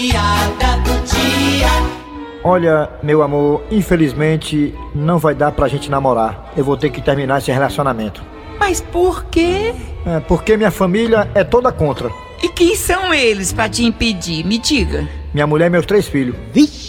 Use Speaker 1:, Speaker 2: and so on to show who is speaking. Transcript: Speaker 1: piada do dia.
Speaker 2: Olha, meu amor, infelizmente não vai dar pra gente namorar. Eu vou ter que terminar esse relacionamento.
Speaker 3: Mas por quê?
Speaker 2: É, porque minha família é toda contra.
Speaker 3: E quem são eles pra te impedir? Me diga.
Speaker 2: Minha mulher e meus três filhos.
Speaker 4: Vixe!